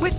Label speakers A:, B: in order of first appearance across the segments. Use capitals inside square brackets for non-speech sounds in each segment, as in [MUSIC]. A: With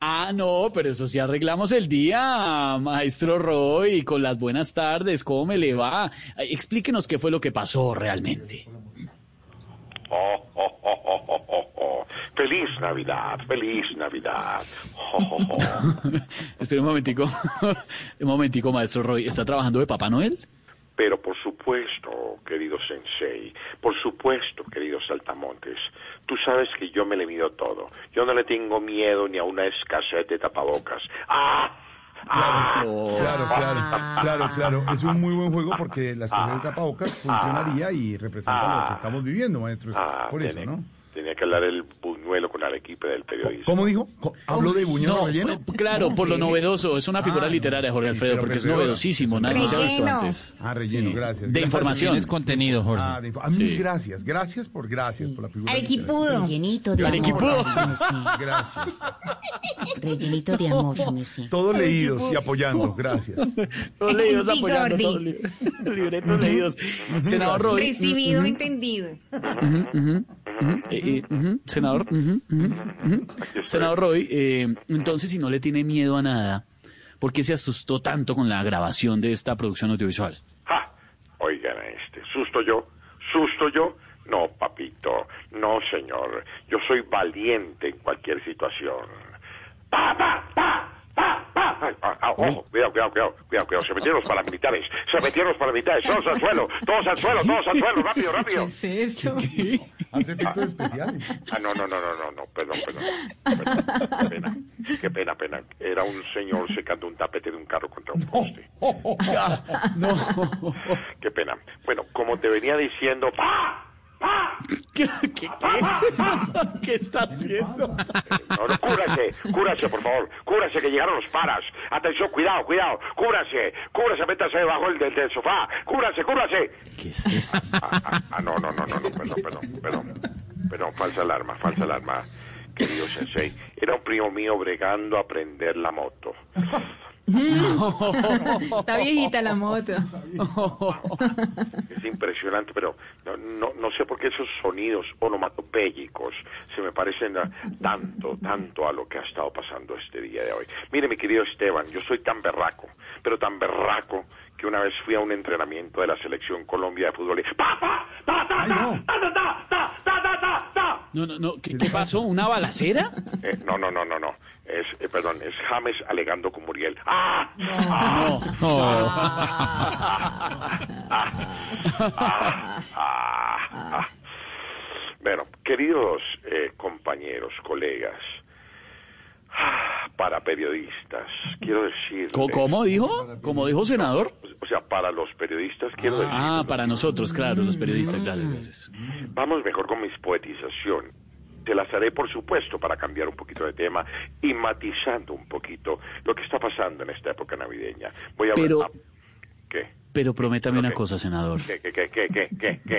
B: Ah, no, pero eso sí arreglamos el día, maestro Roy, con las buenas tardes, ¿cómo me le va? Eh, Explíquenos qué fue lo que pasó realmente. [LAUGHS]
C: Oh, oh, oh, oh, oh, oh, oh. [LAUGHS] Feliz Navidad, feliz Navidad. [LAUGHS] Oh, oh, oh.
B: Espera un momentico, [LAUGHS] un momentico, maestro Roy, ¿está trabajando de Papá Noel?
C: Pero por supuesto, querido Sensei, por supuesto, querido Saltamontes, tú sabes que yo me le mido todo. Yo no le tengo miedo ni a una escasez de tapabocas. ¡Ah!
B: Ah,
D: Claro, claro, claro, claro. Es un muy buen juego porque la escasez de tapabocas funcionaría y representa lo que estamos viviendo, maestro.
C: Ah,
D: Por eso,
C: tenía,
D: ¿no?
C: tenía que hablar el buñuelo con el equipo del periodismo.
D: ¿Cómo dijo? Co- ¿Habló de buñuelo
B: No, Ah,
D: relleno?
B: eh, claro, por lo novedoso, es una figura
D: no.
B: literaria, Jorge
D: Sí,
B: Alfredo,
D: pero
B: porque es
D: relleno.
B: novedosísimo, nadie lo ha visto
E: Relleno.
B: antes.
D: Ah, relleno, gracias.
B: De
D: Gracias.
B: información.
F: contenido, Jorge.
D: Ah, de inf- ah, mil gracias, gracias por gracias por la figura.
E: Arequipudo.
G: Rellenito de
B: Arequipudo.
G: amor, Junior,
D: Gracias.
G: sí. Rellenito de amor, Junior, sí.
B: [LAUGHS]
D: Todos leídos y apoyando, gracias.
B: Todos leídos
E: Sí,
B: apoyando,
E: Gordi.
B: todos li- [LAUGHS] libretos leídos. Senador Roy,
E: Recibido, entendido.
B: eh, eh, ujú, senador, ujú, ujú.
C: Aquí estoy.
B: Senador Roy, eh, entonces si no le tiene miedo a nada, ¿por qué se asustó tanto con la grabación de esta producción audiovisual?
C: ¡Ja! Oigan a este. ¿Susto yo? ¿Susto yo? No, papito. No, señor. Yo soy valiente en cualquier situación. ¡Pa, pa, pa! pa, pa! Ay, ah, ah, ojo, cuidado, cuidado, cuidado, cuidado, cuidado. Se metieron los paramilitares, se metieron los paramilitares, todos al suelo, todos al suelo, todos al suelo, rápido, rápido.
E: eso?
D: Hace efectos especiales.
C: Ah, no, no, no, no, no, no, perdón, perdón. perdón. Qué pena, qué pena, pena. Era un señor secando un tapete de un carro contra un poste.
B: No.
C: Qué pena. Bueno, como te venía diciendo, ¡pa! ¡pa!
B: [LAUGHS] ¿Qué, qué, qué? ¿Qué está haciendo?
C: No, no, cúrase, cúrase, por favor. Cúrase, que llegaron los paras. Atención, cuidado, cuidado. Cúrase, cúrase, métase debajo del, del- del sofá. Cúrase, cúrase.
B: ¿Qué es esto?
C: Ah, ah, ah, no, no, no, no, no, perdón, perdón, perdón. Perdón, falsa alarma, falsa alarma, querido sensei. Era un primo mío bregando a aprender la moto.
E: Está viejita la moto.
C: Es impresionante, pero no, no, no sé por qué esos sonidos onomatopéyicos se me parecen a- tanto, tanto a lo que ha estado pasando este día de hoy. Mire, mi querido Esteban, yo soy tan berraco, pero tan berraco que una vez fui a un entrenamiento de la selección Colombia de fútbol y ¡Pa, pa, ta, ta,
D: Ay,
C: ta,
D: no.
C: ta, ta, ta, ta, ta, ta, ta!
B: No, no, no. ¿Qué, qué pasó? ¿Una balacera?
C: Eh, no, no, no, no, no. Es, eh, perdón, es James alegando con Muriel. ¡Ah!
B: No.
C: Ah. Bueno, queridos eh, compañeros, colegas, ah, para periodistas, quiero decir. eh,
B: ¿Cómo, cómo dijo? ¿Cómo dijo senador?
C: O sea, para los periodistas, quiero decir.
B: Ah, para nosotros, claro, los periodistas. Gracias, gracias.
C: Vamos mejor con mis poetizaciones. Te las haré, por supuesto, para cambiar un poquito de tema y matizando un poquito lo que está pasando en esta época navideña. Voy a
B: Pero-
C: ah, ¿Qué?
B: Pero prométame una
C: Ok.
B: cosa, senador.
C: ¿Qué, qué, qué, qué, qué, qué, qué?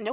A: No